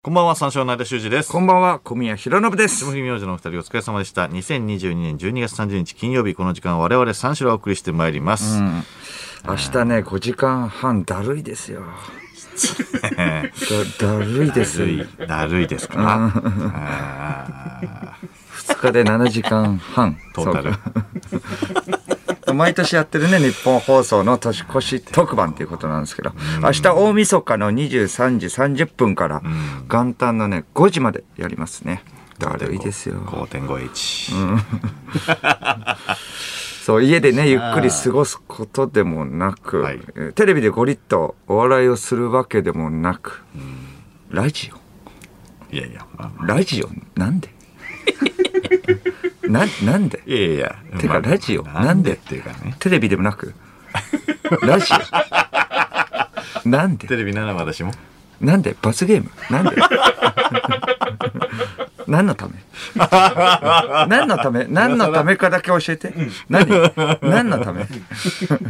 こんばんは、三四郎の間修二です。こんばんは、小宮弘信です。霜降り明星のお二人お疲れ様でした。2022年12月30日金曜日、この時間は我々三四郎をお送りしてまいります。明日ね、5時間半、だるいで すよ。だだるいでだす。る2い、だるいですか日で7時間半。トータル。そう毎年やってるね、日本放送の年越し特番ということなんですけど、明日大晦日の23時30分から、元旦のね、5時までやりますね。だるいですよ。 5.5H。そう、家でね、ゆっくり過ごすことでもなく、はいえーテレビでゴリッとお笑いをするわけでもなく、ラジオ。いやいや、まあラジオなんで ななんでいやいや。てまあかラジオななんんででっていうかね。テレビでもなくラジオなんでテレビなら私も。なんで罰ゲームなんで 何のため何のため何のためかだけ教えて何何のためい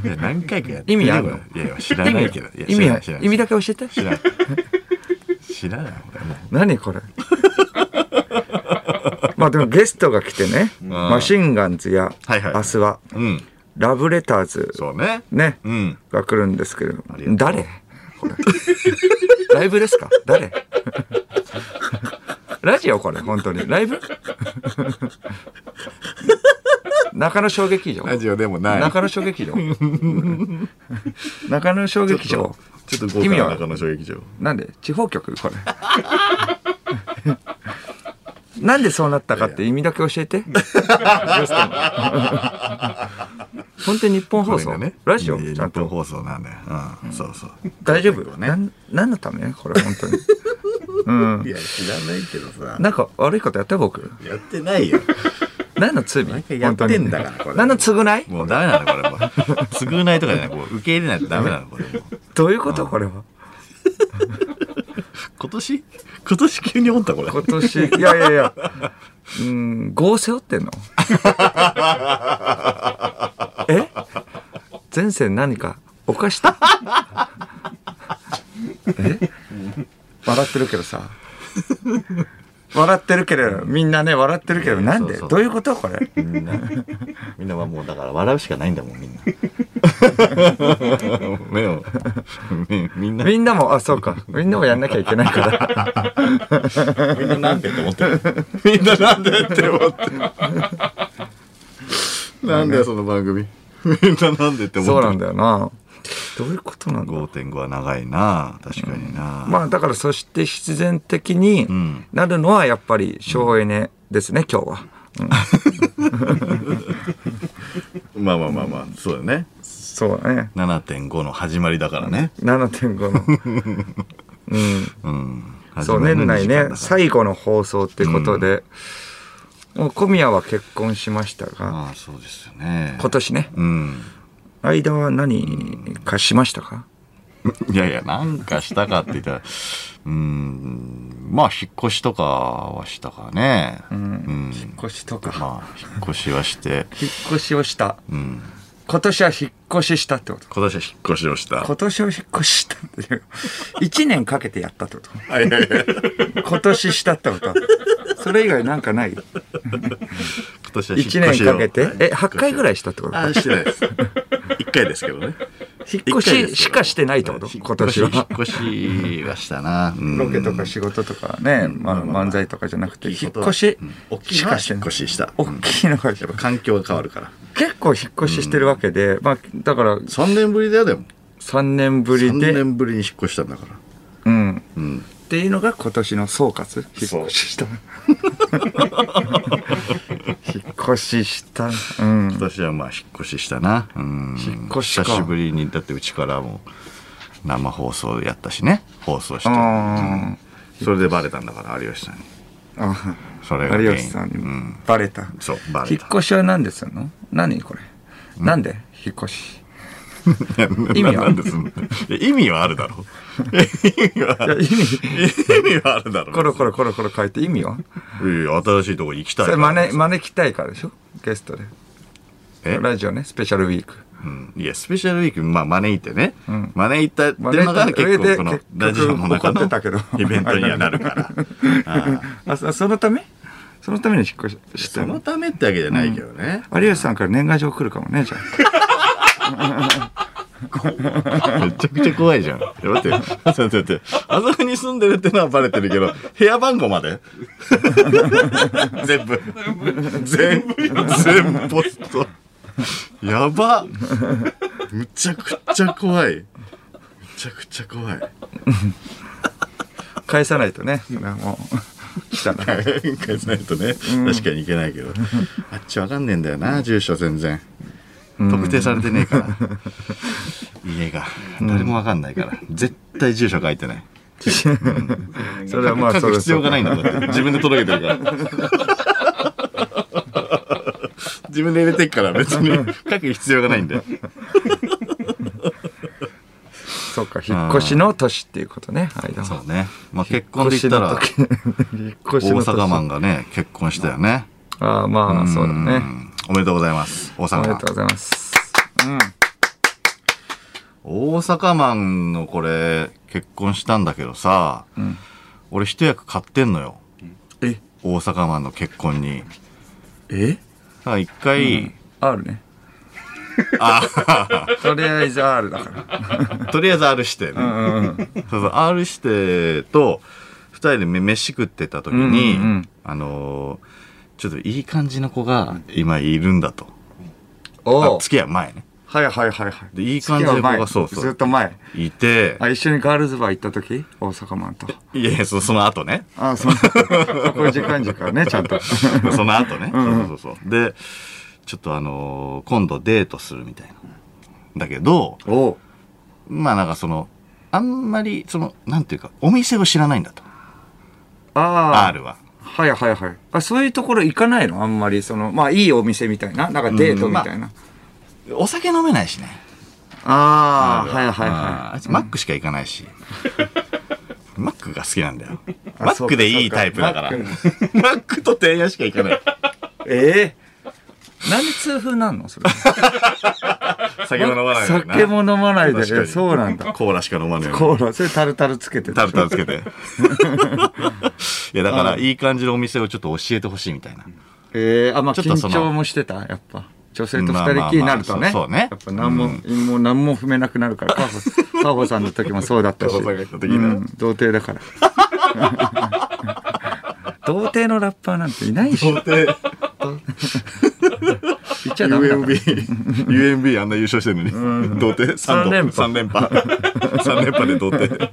や何回かやって意味あるのいやいや、知らないけど。いや意知味らなはい知らない意味だけ教えて知らない。知らない、俺もう。何これ まあでもゲストが来てねマシンガンズやはいはい明日はうん。ラブレターズそうね。ね、うん。が来るんですけれどりがとうも、誰これライブですか誰 ラジオこれ、本当に。ライブ中野小劇場。ラジオでもない。中野小劇場。中野小劇場。ちょっと豪華な中野衝撃場。なんで地方局これ。なんでそうなったかって意味だけ教えて。ゲストの本当に日本放こ送れがねラジオいやいやちゃん日と本放送なんだよ、うん、そうそう大丈夫、なん何のためこれ本当 にいや知らないけどさなんか悪いことやった僕やってないよ何の罪回やってんだから本当にこれ何の償 いもうダメなのこれもう償いとかじゃないこう受け入れないとダメなのこれもうどういうことこれは 今年今年急におったこれ今年いやいやいやうん業を背負 ってんのえ前世何か犯した え笑ってるけどさ笑ってるけれどみんなね笑ってるけどなんそでうそうどういうことこれみんなみんなはもうだから笑うしかないんだもんみんな 目をみみんなみみんなもあそうかみんなもやんなきゃいけないからんななんでって思ってる みんななんでって思ってる なんだよその番組みんななんでって思ってるそうなんだよな。どういうことなんだ5.5は長いな確かにな、まあだからそして必然的にんなるのはやっぱり省エネですね、今日は。まあまあまあまあそうだねそうだね。 7.5の始まりだからね7.5の。 ううん。んそう、年内ね、最後の放送ってことで、もう小宮は結婚しましたが、ああそうですよね今年ね、うん間は何かしましたかいやいやなんかしたかって言ったらうんまあ引っ越しとかはしたかねうん、越しと。まあ引っ越しはして引っ越しをした。うん今年は引っ越ししたってこと今年は引っ越しをした今年を引っ越ししたっていう。1年かけてやったってこといやいや今今年したってことそれ以外なんかない年は引っ1越年しをかけてえ8回ぐらいしたってことああしてないです1回ですけどね引っ越ししかしてないってこと今年引っは越しはしたな。ロケとか仕事とかね、まあ、漫才とかじゃなくて引っ越ししかして引っない越しした。大きいのが環境が変わるから。結構引っ越ししてるわけで、まあ、だから3年ぶりだよ、でも。 3年ぶり3で、年ぶりに引っ越したんだから。うん、うん。っていうのが今年の総括そう引っ越しした 引っ越ししたうん今年はまあ引っ越ししたな。うん。引っ越しか久しぶりに、だってうちからも生放送やったしね。放送して。あそれでバレたんだから、有吉さんに。ーあそれが原因有吉さんうにん。バレた、そう、バレ。引った越しは何でするの何これ、なんで引っ越し意味はなんですんのいや意味はあるだろ。 意味は、いや意 味意味はあるだろ。コロコロコロコロ変えて意味はいや新しいとこ行きたいそかれら。招招きたいからでしょゲストでえラジオねスペシャルウィークうんいや、スペシャルウィーク、まあ、招いてね、招いたってまあねいうのが結構このラジオの中怒っのてたけどイベントにはなる から。あそそのためそのために引っ越ししたそののためってわけじゃないけどね。有吉さんから年賀状来るかもねじゃ めちゃくちゃ怖いじゃん。いや待って、待って待って、あそこに住んでるってのはバレてるけど、部屋番号まで全部。全部。全ポスト。やばむちゃくちゃ怖い。むちゃくちゃ怖い。あ返さないとねそれはもう来たら返さないとね、確かにいけないけど。あっちわかんねえんだよな、住所全然。特定されてねえ から。家が。誰もわかんないから。絶対住所書いてない。それはまあ 書そくれ必要がないんだ だって自分で届けてる から自分で入れてっから別 に書く必要がないんだよそうか引っ越しの年っていうことね間そはうね、まあ、結婚で言ったら引っ大越しの時阪マンがね結婚したよねああまあそうだうねんおめでとうございます大お阪めでマとンうございますうん大阪マンのこれ結婚したんだけどさ、ん俺一役買ってんのよえ大阪マンの結婚にえだから一回、 R ね とりあえず R だからとりあえず R してね、うんうんそうそう、R してと、二人でめ飯食ってた時に、うんうんうんあのーちょっといい感じの子が今いるんだと。おあお付き合う前ね。はいはいはいはいでいい感じの子前がそうそずっう。と前いて、あ一緒にガールズバー行った時大阪マンといやいや、そその後 ね。あそうそ こ時間時間ねちゃんとその後ね。そうそうそう。で、ちょっとあのー今度デートするみたいな。だけど、おおまあなんかその、あんまり、その、なんていうか、お店を知らないんだと。ああ R は。はいはいはいあそういうところ行かないのあんまりそのまあいいお店みたいななんかデートみたいな、お酒飲めないしね。ああーはいあはいーあはいいつマックしか行かない し。マックが好きなんだよ。あマックでいいタイプだ から。マそうかックと店屋しか行かない。ええなんで痛風なんのそれ酒も飲まないのよな酒も飲まないで確かにそうなんだコーラしか飲まないよコーラそれタルタルつけてタルタルつけて。 いや、だから、いい感じのお店をちょっと教えてほしいみたいな。ええあまあちょっと緊その張もしてたやっぱ女性とまあまあま二人あきりになるとねそうそうねやっぱ何も、もう何も踏めなくなるからカ ーホカーホさんの時もそうだったしカーホさんが言った時ねうん童貞だか ら童貞のラッパーなんていないでしょで、言っちゃダメだから UMB、UMB あんな優勝してるのに、童貞三度三連覇三連覇。 三連覇で童貞。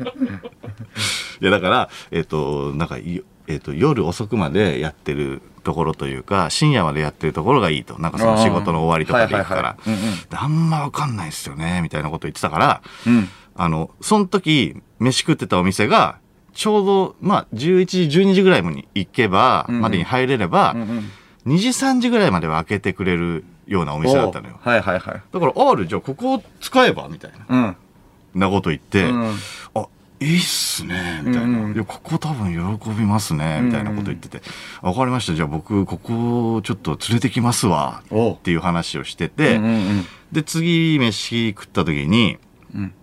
いや、だから、えっと、なんか、いえっと、夜遅くまでやってるところというか、深夜までやってるところがいいと。なんかその仕事の終わりとかで行くかあらーはいはいはいうんうん。であんまわかんないっすよね、みたいなこと言ってたから、うんあの、その時、飯食ってたお店が、ちょうど、まあ、11時、12時ぐらいに行けば、までに入れれば、2時、3時ぐらいまでは開けてくれるようなお店だったのよ。おはいはいはいだから、R、じゃあここを使えばみたいな。うんなこと言って、うんあ、いいっすね、みたいな。うんいや、ここ多分喜びますね、みたいなこと言ってて。あわ、かりました。じゃあ僕、ここちょっと連れてきますわ、おっていう話をしてて、うんうんで、次、飯食った時に、うん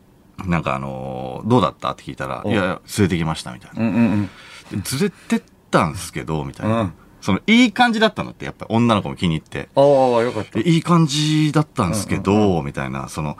なんかあのーどうだったって聞いたら、おいやいや、連れてきました、みたいな。うんうんうんで連れてったんすけど、みたいな。うんその、いい感じだったのって、やっぱり女の子も気に入って。ああよかったでいい感じだったんですけど、みたいな、その、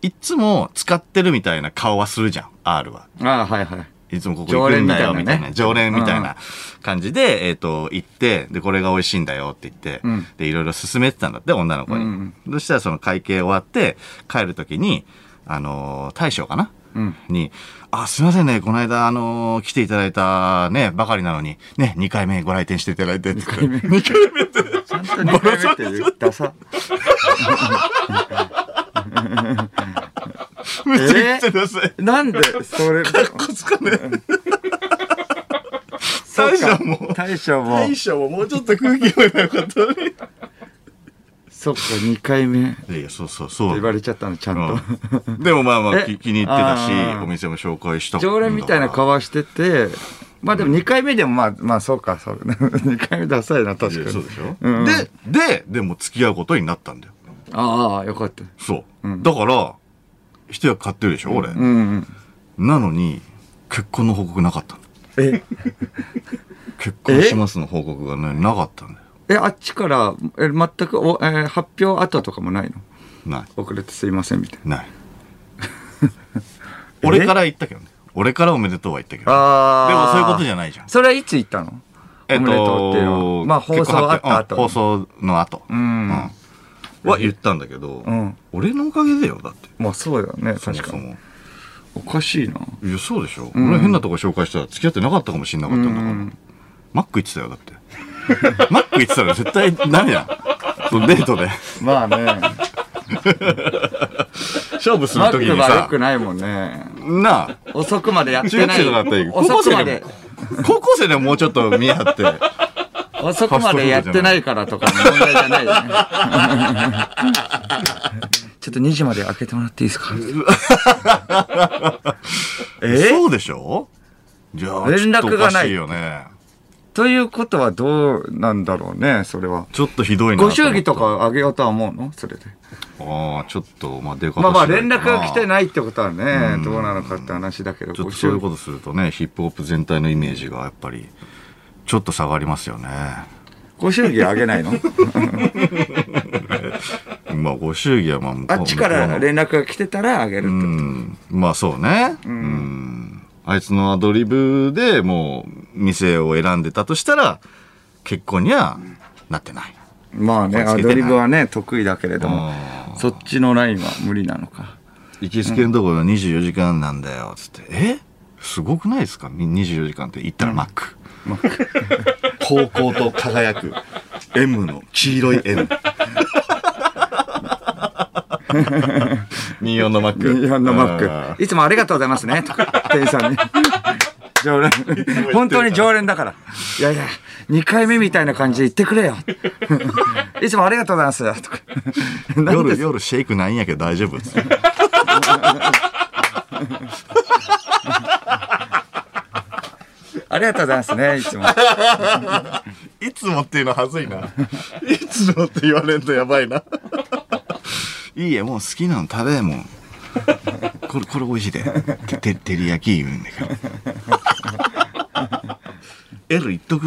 いっつも使ってるみたいな顔はするじゃん、R は。ああはいはいいつもここ行くんだよ、常連みみたたいいなな。ね常連みたいな感じで、えっ、と、行って、で、これが美味しいんだよって言って、うんで、いろいろ勧めてたんだって、女の子に。うんそしたらその会計終わって、帰るときに、あのー大将かなうんに、あ、すいませんね、この間、あのー来ていただいたね、ばかりなのに、ね、2回目ご来店していただいて、2回目。2回目って。ちゃんと2回目っていうダサめっちゃ言ってださい。なんでそれこつかね大将も大将も大将ももうちょっと空気読めばよかったのに。そっか2回目っていやいや、そうそうそう。言われちゃったのちゃんとうんでもまあまあえき気に入ってたあーし、お店も紹介した。常連みたいな顔しててまあでも2回目でもまあまあそうかそう 2回目ダサいだなから確いかやそにうでしょ、うんで、で、でも付き合うことになったんだよ。ああ、よかった。そう。だから、一役買ってるでしょ、俺。うんうん。なのに、結婚の報告なかったんだよえ、結婚しますの報告がね、なかったんだよ。え、あっちから、え、全くお、えー発表後とかもないのな遅れてすいません、みたいい。 ない。俺から言ったけどね。俺からおめでとうは言ったけど。な。でもあそういうことじゃないじゃん。それはいつ行ったのおめでとうっていうのは。まあ、放送あった後。うん放送の後。ううんん。は言ったんだけどうん、俺のおかげだよ、だって。まあ、そうだよね、そも確かそに。も。おかしいな。いや、そうでしょ。ん俺変なとこ紹介したら付き合ってなかったかもしれなかったんだかうらん。マック行ってたよ、だって。 マック行ってたら絶対ダメやん。そのデートで。まあね。勝負するマッときにクは良さく。ないもんね。なあ、遅くまでやって中な学い生とかだったら、高校遅く生まででも、高校生でももうちょっと見合って。遅くまでやってないからとかの問題じゃないよね ちょっと2時まで開けてもらってい いですかえそうでしょじゃあ、連ちょっと絡おかがないしいよね。ということはどうなんだろうねそれはちょっとひどいなとご思った。祝儀とかあげようとは思うのそれでああ、ちょっと、まあ、出方まあまあ連絡が来てい。ないってことはうんねどうなのかって話だけどちょっごとそうい祝うこ儀とするとね、ヒップホップ全体のイメージがやっぱり、ちょっと下がりますよね。ご祝儀あ げないのまあ、ご祝儀はまあ、向こあうっちから向こ連絡が来てたらあげるうっのてうん。まあ、そうね。うん。あいつのアドリブでもう、店を選んでたとしたら、結婚にはなってない。まあねこアれつけてなドリブはね得意だけれどもあそっちのラインは無理なのか行きつけのところが24時間なんだよ、つって。えすごくないですかみ ?24 時間って言ったらマック。高校と輝く M の黄色い M。24のマック。日本のマッあク。いつもありがとうございますね。とか、店員さ んに。常連。本当に常連だから。いやいや、2回目みたいな感じで言ってく れよ。いつもありがとうございます。とか。 ー。なんで夜、夜シェイクないんやけど大丈夫つってありがとうございますね。いつも。いつもっていうのはずいな。 いつもって言われるとやばいな。いいえ、もう好きなの食べ、もう。 これ、これ美味しいで。て、て照り焼き言うんだけど。L 言っとく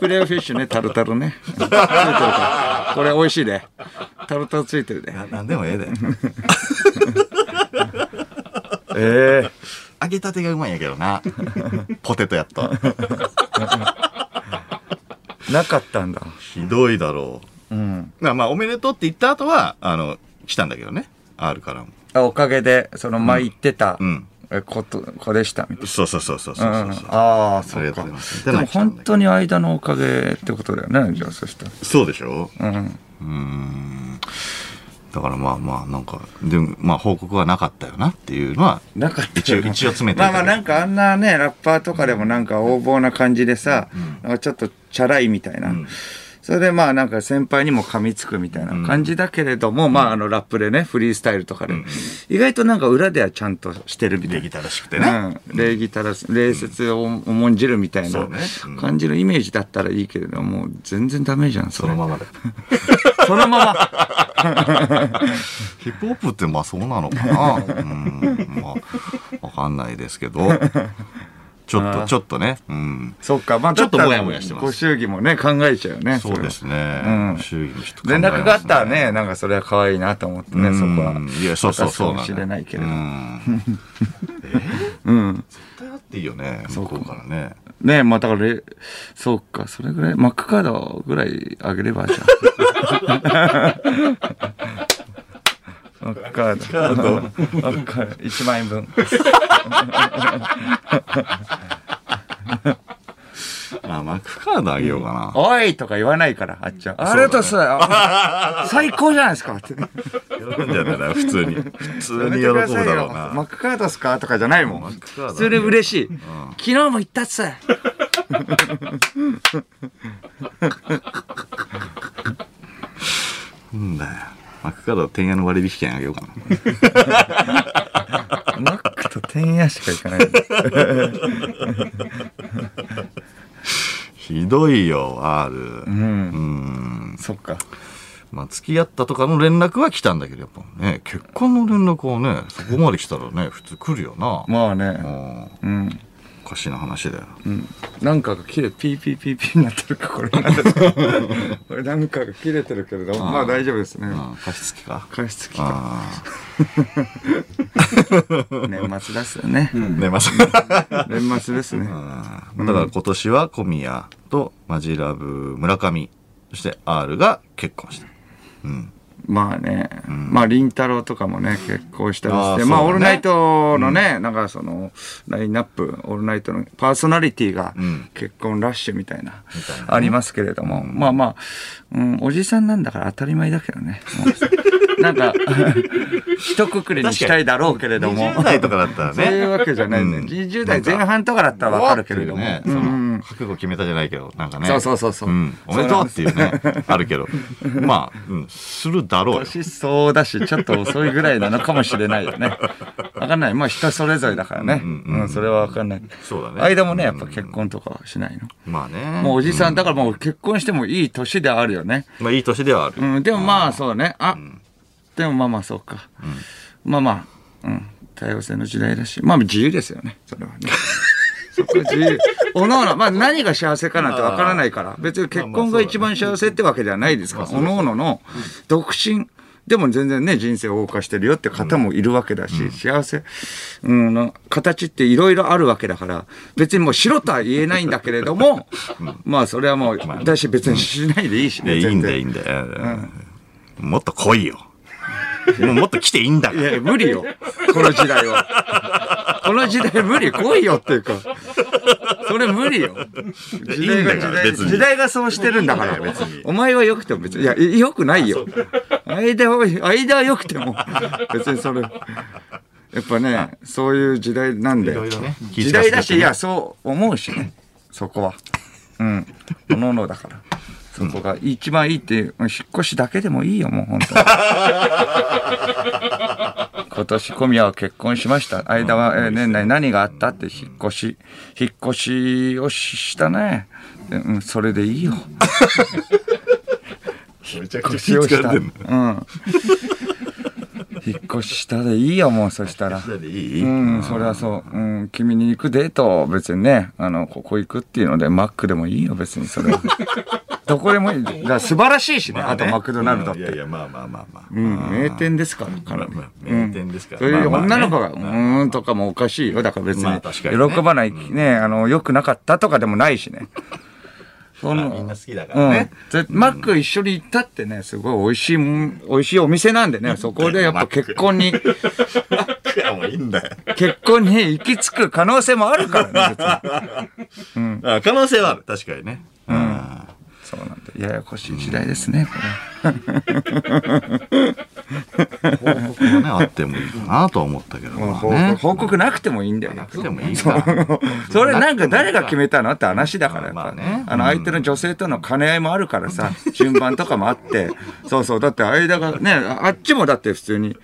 フレアフィッシュね、タルタルね。ついてるからこれ美味しいね。タルタルついてるね。ななんでもええで。ええ揚げたてがうまいんやけどな。ポテトやった。なかったんだ。ひどいだろうん。う。まあまあ、おめでとうって言った後は、あの、来たんだけどね。R からも。あおかげで、その前言ってたうん。えこと、子でした、みたいな。そうそうそうそうそうう。んそうそうああ、そありうがとかうございますでも本当に間のおかげってことだよね、じゃあそしたそうでしょら。うん。うーんだからまあまあなんかでもまあ報告はなかったよなっていうのはなかった一応 よ一応詰めてまあまあなんかかあんなね、ラッパーとかでもなんか横暴な感じでさ、なんかちょっとチャラいみたいな。んそれでまあなんか先輩にも噛みつくみたいな感じだけれども、まああのラップでね、フリースタイルとかで、意外となんか裏ではちゃんとしてるみたでいなき。たらしくてね、うん、礼儀たらす礼節を重んじるみたいそなうねうん感じのイメージだったらいいけれども、もう全然ダメじゃん、そそれの。 ままでそのまま。ヒップホップってまあそうなのかなうんまあわかんないですけどちょっとちょっとねうんそっか、まあちょっとだたもらやもやしてますご祝儀もね、考えちゃうよね。そうですね、うん周囲の人それは。連絡があったらね、なんかそれは可愛いなと思ってね、そこうはん。いやそうそうそう明かすかもしれないけれど。うん うん。絶対あっていいよね向こうからねねまあだから、れそうか、それぐらい、マックカードぐらいあげればじゃあ。マックカード。マックカード。1万円分。まあマックカードあげようかな、おいとか言わないから、あっちゃん。ありがとうございます。最高じゃないですかっ喜て。んじゃないな、普通に。普通やにめて喜くぶださいだろようマな。ックカードっすかとかじゃないもん。マックカード普通に嬉しい。昨日も言ったっす。うんだよ。マックカード、天野の割引券あげようかな。マックと天やしか行かない。ひどいよ、R。うん。うん。そっか。まあ、付き合ったとかの連絡は来たんだけど、やっぱね、結婚の連絡はね、そこまで来たらね、普通来るよな。まあうね、んうん。おかしいな話だよ。なんかが切れ、ピーピーピーピーになってるか、こ れ。これなんかが切れてるけれども、まあ大丈夫ですね。うん、加湿器か。加湿器か。あ年末ですよね。あ。ね、まさ年末ですね。だから今年は小宮とマジラブ村上、そして R が結婚した。うん。まあね、まあ、凛太郎とかもね、結婚したりあしあて、そうだねまあ、オールナイトのね、なんかその、ラインナップ、オールナイトのパーソナリティがん、結婚ラッシュみたいな、ありますけれども、まあまあ、うん、おじさんなんだから当たり前だけどね。 もうなんか、一括りにしたいだろうけれども。 20代とかだったらそういね。うわけじゃないね。うん20代前半とかだったらわかるけれども。ね、うそんの覚悟決めたじゃないけど、なんかね。そうそうそうそううんおめでとうっていうね、あるけ ど。まあ、うん、するだろうよ。年相だし、ちょっと遅いぐらいなのかもしれないよね。わかんない。まあ人それぞれだからね。うんうんうんうん、それはわかんない。そうだね間もね、やっぱ結婚とかはしないの。まあね。もうおじさん、だからもう結婚してもいい年ではあるよね。まあいい年ではある。うん、でもまあそうね。あ、でもまあまあそうか。まあまあ、うん。多様性の時代だし。まあ自由ですよね。それはね。そこは自由。おのおの、まあ何が幸せかなんてわからないから。別に結婚が一番幸せってわけではないですから。おのおのの独身。でも全然ね、人生を謳歌してるよって方もいるわけだし、幸せ、うん、の形っていろいろあるわけだから、別にもう白とは言えないんだけれども、まあそれはもう、だし別にしないでいいしで、ね、いいん全然だよいいんだよ。もっと来いよ。もうもっと来ていいんだかいら。や、無理よ。この時代は。この時代無理。来いよっていうか。それ無理よ。時代がいいんだ時から代別に時代がそうしてるんだから。別にお前は良くても別に。いや、い良くないよ。間は、間は良くても。別にそれ。やっぱね、そういう時代なんだよ。いろいろね時代だし、いや、そう思うしね。そこは。うん。おのおのだから。そこが一番いいっていう、引っ越しだけでもいいよ、もう本 当に。今年小宮は結婚しました。間は、えー年内何があったって引っ越し、引っ越しをししたね。でうん、それでいいよ。めちゃ引っく越しちゃを気し使た。っうてんのん。引っ越ししたでいいよ、もうそしたら。それでいいうん、それはそう。うん、君に行くデート、別にね、あの、ここ行くっていうので、マックでもいいよ、別に それは。どこでもいい。だから素晴らしいしね、あとマクドナルドっいやいて。や、まあまあまあまあ。うん、名店ですから、ま彼あまあ名店ですから。そういうまあま女あねの子が、うーんとかもおかしいよ。だから別まあに。確かにね喜ばない、ね、あの、良くなかったとかでもないし ね。そのみんな好きだかうらんね。でマック一緒に行ったってね、すごい美味しいもん、美味しいお店なんでね、そこでやっぱ結 婚に、いや、もういいんだよ。結婚に行き着く可能性もあるからね、別に。あ可能性はある。確かにね。うん。そうなんで、ややこしい時代ですね、こ報告もね、あってもいいかなとは思ったけど。れ。まあ報告ね。報告なくてもいいんだよね。なくてもいいか。それなんか誰が決めたのって話だからやっぱ、まああねの相手の女性との兼ね合いもあるからさ、順番とかもあ って、そうそう、だって間がね、ああっちもだって普通に、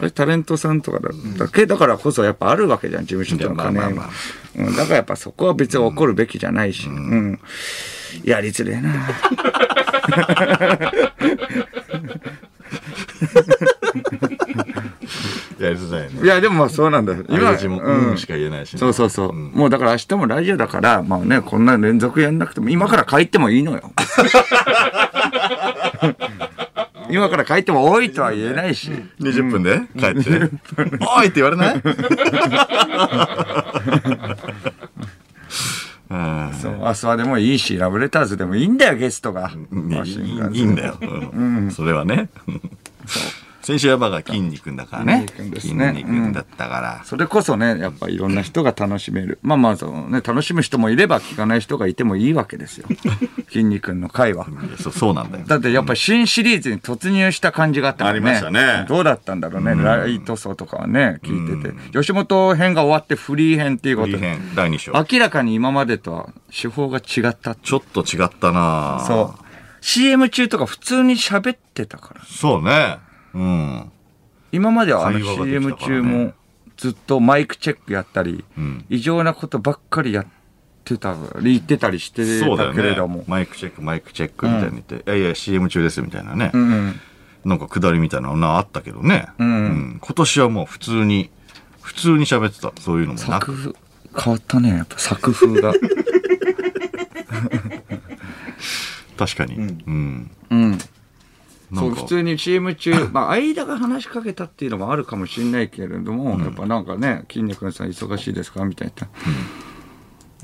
あれタレントさんとかだだけだからこそやっぱあるわけじゃん、事務所との兼ねいや合いまもあまあ。うんだからやっぱそこは別に怒るべきじゃないし、うん。やりづれえな。やりづらいねい。や、でもまあそうなんだよ。今私も、うんうんしか言えないしね。そうそうそう。んもうだから明日もラジオだから、まあね、こんな連続やんなくても、今から帰ってもいいの よ。今から帰っても多いとは言えないし。 20分で帰ってね。おいって言われ ないうんそう、明日はでもいいし、ラブレターズでもいいんだよ、ゲストが。ねマシンガンいズいいいんだよ。うんそれはね。先週はバカ筋肉だからね。筋肉です筋ね肉だったから。それこそね、やっぱいろんな人が楽しめる。まあまあ、そのね、楽しむ人もいれば、聞かない人がいてもいいわけ ですよ。筋肉の会は。いやそうそうなんだよ。だってやっぱ新シリーズに突入した感じがあったからね。ありましたねどうだったんだろうね。ライト層とかはね、聞いてて。吉本編が終わってフリー編っていうこと大で。変、第2章。明らかに今までとは手法が違った。ちょっと違ったなぁそう。CM 中とか普通に喋ってたから。そうね。うん。今まではあの会話ができたから CM ね中もずっとマイクチェックやったり、ん異常なことばっかりやっってた、言ってたりしてそうだたよけれども。ね。マイクチェック、マイクチェックみたいに言って、いやいや、CM 中ですみたいなね。うん。なんか下りみたいなのなあったけどね。んうん今年はもう普通に、普通に喋ってた。そういうのもな作く。風、変わったね、やっぱ作風 が。確かに。うん。うん。なそんう、か普、通に CM 中、まあ、間が話しかけたっていうのもあるかもしれないけれども、やっぱなんかね、筋肉さん忙しいですかみたいな。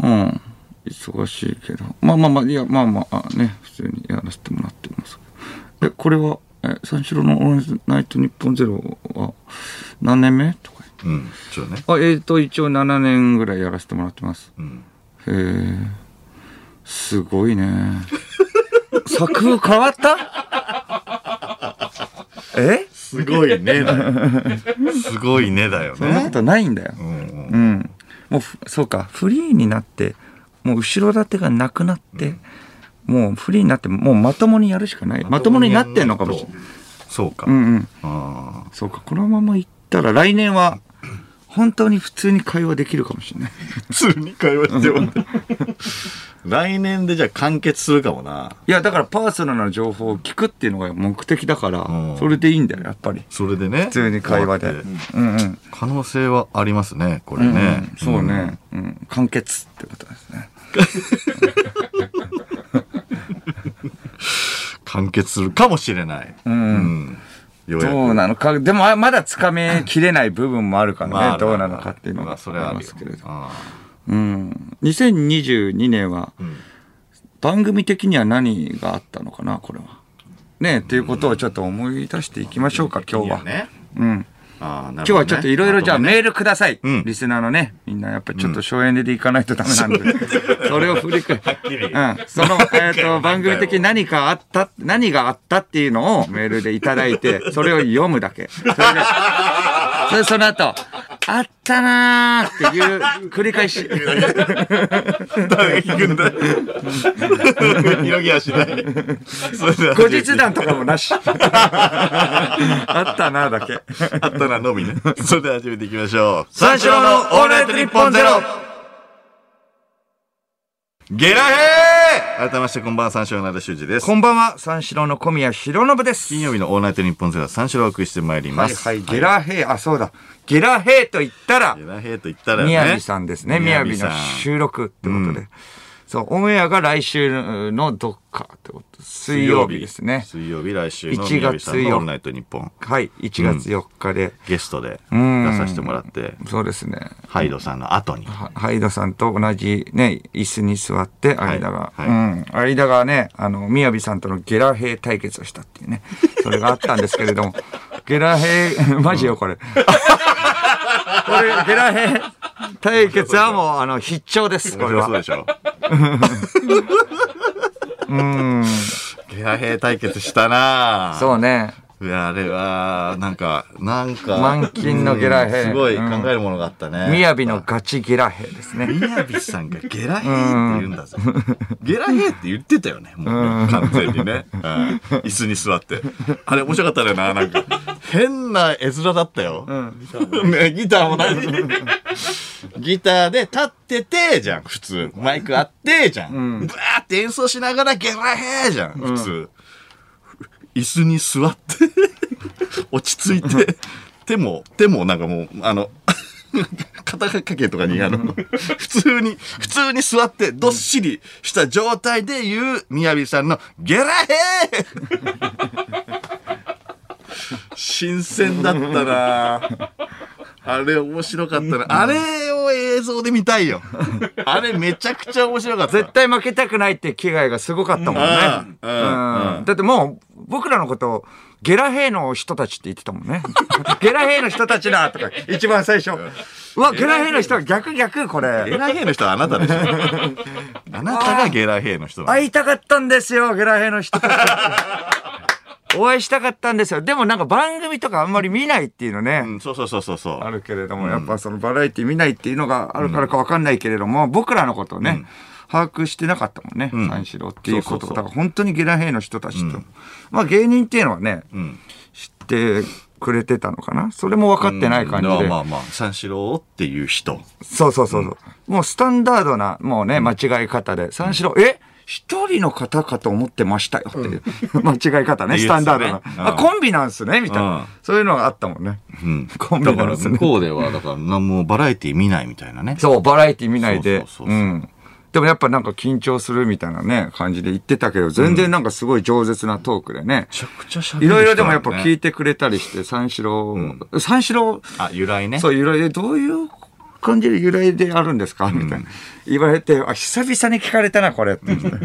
うん、忙しいけど。まあまあまあ、いや、まあまあ、あね、普通にやらせてもらってます。え、これは、え、三四郎のオールナイトニッポンゼロは何年目とか言っうて。ん。そうだね。あ、えっ、と、一応7年ぐらいやらせてもらってます。うん。へえ、すごいね。 作風変わった えすごいねだよ。 すごいねだよそんなこね。とないんだよ。うんうんうん。もうふ、そうか、フリーになって、もう後ろ盾がなくなって、もうフリーになって、もうまともにやるしかない。まともになってんのかもしれない。そうか。うんうん。ああ。そうか、このまま行ったら来年は、本当に普通に会話できるかもしれない。普通に会話してもらって。 来年でじゃあ完結するかもな。いや、だからパーソナルな情報を聞くっていうのが目的だから、うんそれでいいんだよ、やっぱり。それでね。普普通に会話で。うんうん。可能性はありますね、これうんね。そうね。うん。完結ってことですね。うん。完結するかもしれない。うん。ようやく。どうなのか、でもあまだつかめきれない部分もあるからね、まあどうなのかっていうのまがあ、それはありりまますすけけれれどど。。あうん。2022年はあうん番組的には何があったのかな、これは。ねえ、ということをちょっと思い出していきましょうか、今日は。ね。うん。ああ、な今るほどね日はちょっといろいろじゃ あメールください。うんリスナーのね、みんなやっぱちょっと省エネでいかないとダメなんで。それを振り返はっきりうん。その、 えっ、と、番組的に何かあった、何があったっていうのをメールでいただい て、それを読むだけ。それで、それでその後、あったなーっていう繰り返 し。誰が聞くんだ広げは しない。それでは後日談とかもな し。あったなーだけ。あったなのみ ね。それでは始めていきましょう。三四郎のオールナイトニッポンゼロゲラヘー改めましてこんばんは、三四郎の間修二です。こんばんは、三四郎の小宮弘信です。金曜日のオールナイトニッポンゼロは三四郎をお送りしてまいりまはいす。はい、ゲラヘイ、あ、そうだ。ゲラヘイと言ったらゲ、ラヘーと言ったらね。宮城さんですね。宮城のさん収録ってことで。そう、オンエアが来週のどっかってこと。水曜日ですね。水曜日来週の1宮城月さんのオールナイトニッポンはい、1月4日で。ゲストで出んさせてもらって、そうですね。ハイドさんの後に。はハイドさんと同じね、椅子に座って、い間が、はいうん、間がね、あの、宮城さんとのゲラ兵対決をしたっていうね、それがあったんですけれども、 ゲラ兵、 マジよ、これ。これ、ゲラ兵対決はもう、あの、必聴です、こ面れ白そうは。でしょ ゲラヘー対決したなぁ。そうね。いや、あれは、なんか、なんか。満金のゲラ兵うんすごい考うんえるものがあったね。宮城のガチゲラ兵ですね。宮城さんがゲラヘーって言うんだぜ。ゲラヘーって言ってたよね。もうね、完全にね。うん椅子に座って。あれ面白かったよな、なんか。変な絵面だったよ。 ねギターもないし。ギターで立ってて、じゃん、普通。マイクあって、じゃん。ブワーって演奏しながらゲラヘーじゃん、普通。椅子に座って、落ち着いて、手も、手もなんかもう、あの、 肩掛けとかに、あの、普通に、普通に座って、どっしりした状態で言う、みやびさんの、ゲラヘー 新鮮だったなあれ面白かったな。あれを映像で見たいよ。あれめちゃくちゃ面白かった。絶対負けたくないって気概がすごかったもんね。ううんんうんだってもう、僕らのことを、ゲラ兵の人たちって言ってたもんね。 ゲラ兵の人たちだとか、一番最初。うわ、ゲラ兵の人は逆逆、こゲれ。ラヘイの人はあなたでしょ。あなたがゲラヘイの人なの会いたかったんですよ、ゲラ兵の人た ち。お会いしたかったんですよ。でもなんか番組とかあんまり見ないっていうのね。うん、そうそうそうそうそう。あるけれども、やっぱそのバラエティ見ないっていうのがあるからかわかんないけれども、僕らのことをね、把握してなかったもんね、ん三四郎っていうこそとうそうそうだから本当にゲラ兵の人たちと、まあ芸人っていうのはね、ん知ってくれてたのかなそれも分かってない感じうんで。まあまあ、三四郎っていう人。そうそうそうそう。もうスタンダードな、もうね、間違い方で、三四郎、え一人の方かと思ってましたよっていう、間違い方ね、いいですねスタンダードな。あ、うんコンビなんすねみたいな、うんそういうのがあったもんね。 うん。コンビだなかんら、です向ねこうでは、だから、なんもバラエティ見ないみたいなね。そう、バラエティ見ないで。そうそうそうう。そうんでもやっぱなんか緊張するみたいなね、感じで言ってたけど、全然なんかすごい饒舌なトークでねめ。ちゃくちゃ喋る人だねいろいろでもやっぱ聞いてくれたりして、三四郎、三四郎、あ、由来ね。そう、由来で、どういう感じで由来であるんですかみたいな。言われて、あ、久々に聞かれたな、これ。ってだ か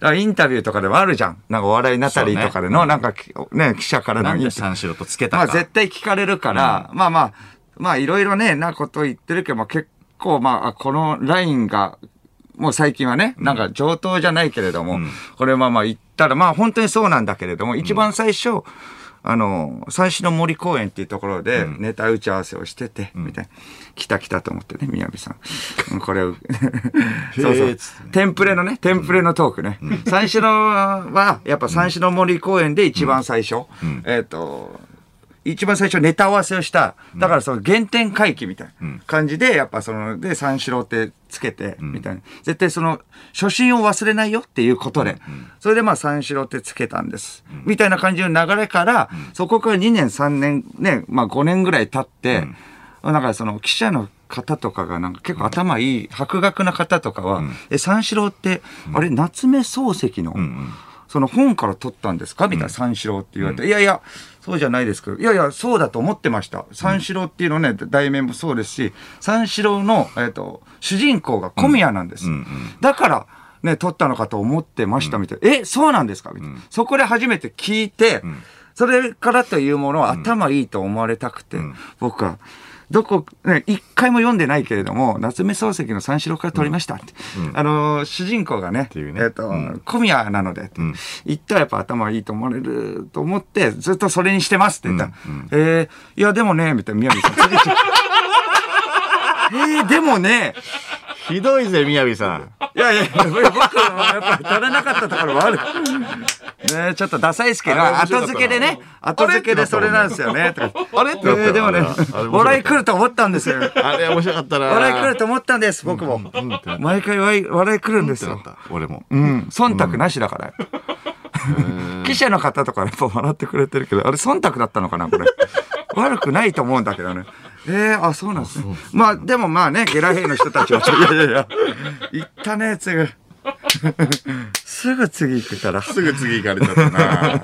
らインタビューとかでもあるじゃん。なんかお笑いナタリーとかでの、なんかき、ね、記者からのなインんタビュでー。三四郎とつけたまか。あ絶対聞かれるから、まあまあ、まあいろいろね、なこと言ってるけど、まあ結構まああ、このラインが、もう最近はね、なんか上等じゃないけれども、これまあまあ言ったら、まあ本当にそうなんだけれども、一番最初、あの、三種の森公園っていうところでネタ打ち合わせをしてて、みたいな。来た来たと思ってね、宮城さんうん。これを、そうそへーっうつって。テンプレのね、テンプレのトークね。三種のは、やっぱ三種の森公園で一番最初、えっ、と、一番最初ネタ合わせをした、だからその原点回帰みたいな感じで、やっぱその、で、三四郎ってつけて、みたいな。絶対その、初心を忘れないよっていうことで、それでまあ三四郎ってつけたんです。みたいな感じの流れから、そこから2年3年、ね、まあ5年ぐらい経って、なんかその記者の方とかがなんか結構頭いい、博学な方とかは、え、三四郎って、あれ、夏目漱石の、その本から取ったんですかみたいな、三四郎って言われて、いやいや、そうじゃないですけど、いやいや、そうだと思ってました。三四郎っていうのね、題名もそうですし、三四郎の、えっ、と、主人公が小宮なんです。だから、ね、取ったのかと思ってましたみたいな、え、そうなんですかみたいな、そこで初めて聞いて、それからというものは頭いいと思われたくて、僕は、どこ、ね、一回も読んでないけれども、夏目漱石の三四郎から取りましたって。あのー、主人公がね、ていうねえっ、と、小宮なのでって、言ったらやっぱ頭いいと思われると思って、ずっとそれにしてますって言ったら、えー、いやでもね、みたいな、宮城さん。えー、でもね、ひどいぜ、みやびさん。いやいや、僕はやっぱり足らなかったところもある。ねちょっとダサいですけど、あれ面白かったな後付けでね、後付けでそれなんですよね、とか。あれってなったよでもねあれあれ面白かっ、た笑い来ると思ったんですよ。あれ面白かったな。笑い来ると思ったんです、僕も。うんってなっ毎回笑い笑い来るんですたなよっ。た。俺も。うん、忖度なしだから。記者の方とかやっぱ笑ってくれてるけど、あれ忖度だったのかな、 これ。悪くないと思うんだけどね。えー、あ、そうなんですね。まあ、でもまあね、ゲラヘイの人たちは、いやいやいや、行ったね、次。 すぐ次行くから。すぐ次行かれちゃったな。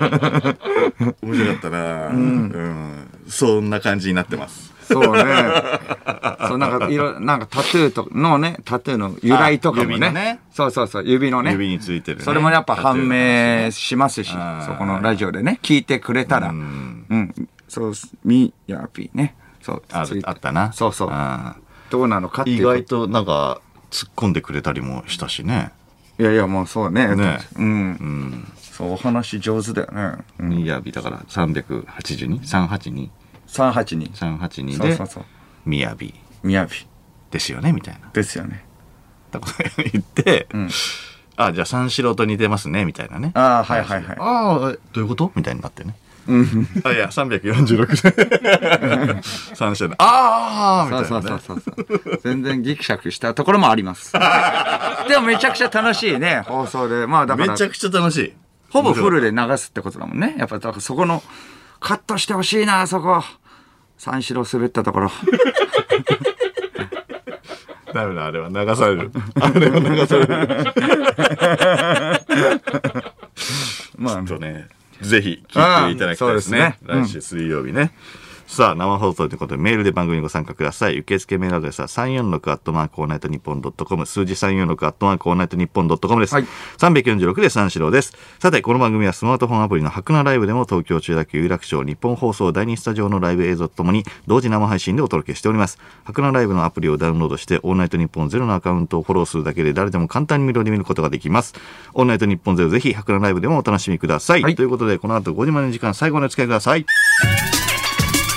面白かったな。うん。そんな感じになってます。そうね。そう、なんか、いろ、なんかタトゥーとのね、タトゥーの由来とかもあ指のね。ねそうそうそう、指のね。指についてるねそれもやっぱ判明しますし、あーそこのラジオでね、聞いてくれたら、うん、そう、みやぴね、そう、あついてあったな。そうそうあどうなのかっーてい意うこと。外となんか、突っ込んでくれたりもしたしね。いやいや、もうそうね。ねうん。うん。そう、お話上手だよね。うん、みやびだから、382、382、 382。 382そうでそう、そう。みやびみやぴですよね、みたいな。ですよね。ってこと言って、あ、じゃあ三四郎と似てますね、みたいなね。ああ、はいはいはい。ああ、えどういうことみたいになってね。あいや、346で。三四郎のああみたいな、ね。そうそうそうそう。全然ギクシャクしたところもあり ます。でもめちゃくちゃ楽しいね、放送で。まあだかめらち、ゃくちゃ楽しい。ほぼフルで流すってことだもんね。やっぱだからそこの、カットしてほしいな、そこ。三四郎滑ったところ。ダメだ、あれは流される。あれは流される。 まちょあっ、とね、ぜひ聞いていただきたいですね。ああそうですね来週水曜日ね。さあ、生放送ということで、メールで番組にご参加ください。受付メールアドレスは346アットマークオールナイトニッポンドットコム、数字346アットマークオールナイトニッポンドットコムです。はい346で三四郎です。さて、この番組はスマートフォンアプリの白菜ライブでも東京中田区有楽町日本放送第2スタジオのライブ映像とともに同時生配信でお届けしております。白菜ライブのアプリをダウンロードして、オールナイトニッポンゼロのアカウントをフォローするだけで誰でも簡単に無料で見ることができます。オールナイトニッポンゼロぜひ白菜ライブでもお楽しみください。はいということで、この後5時までの時間最後のお付き合いください。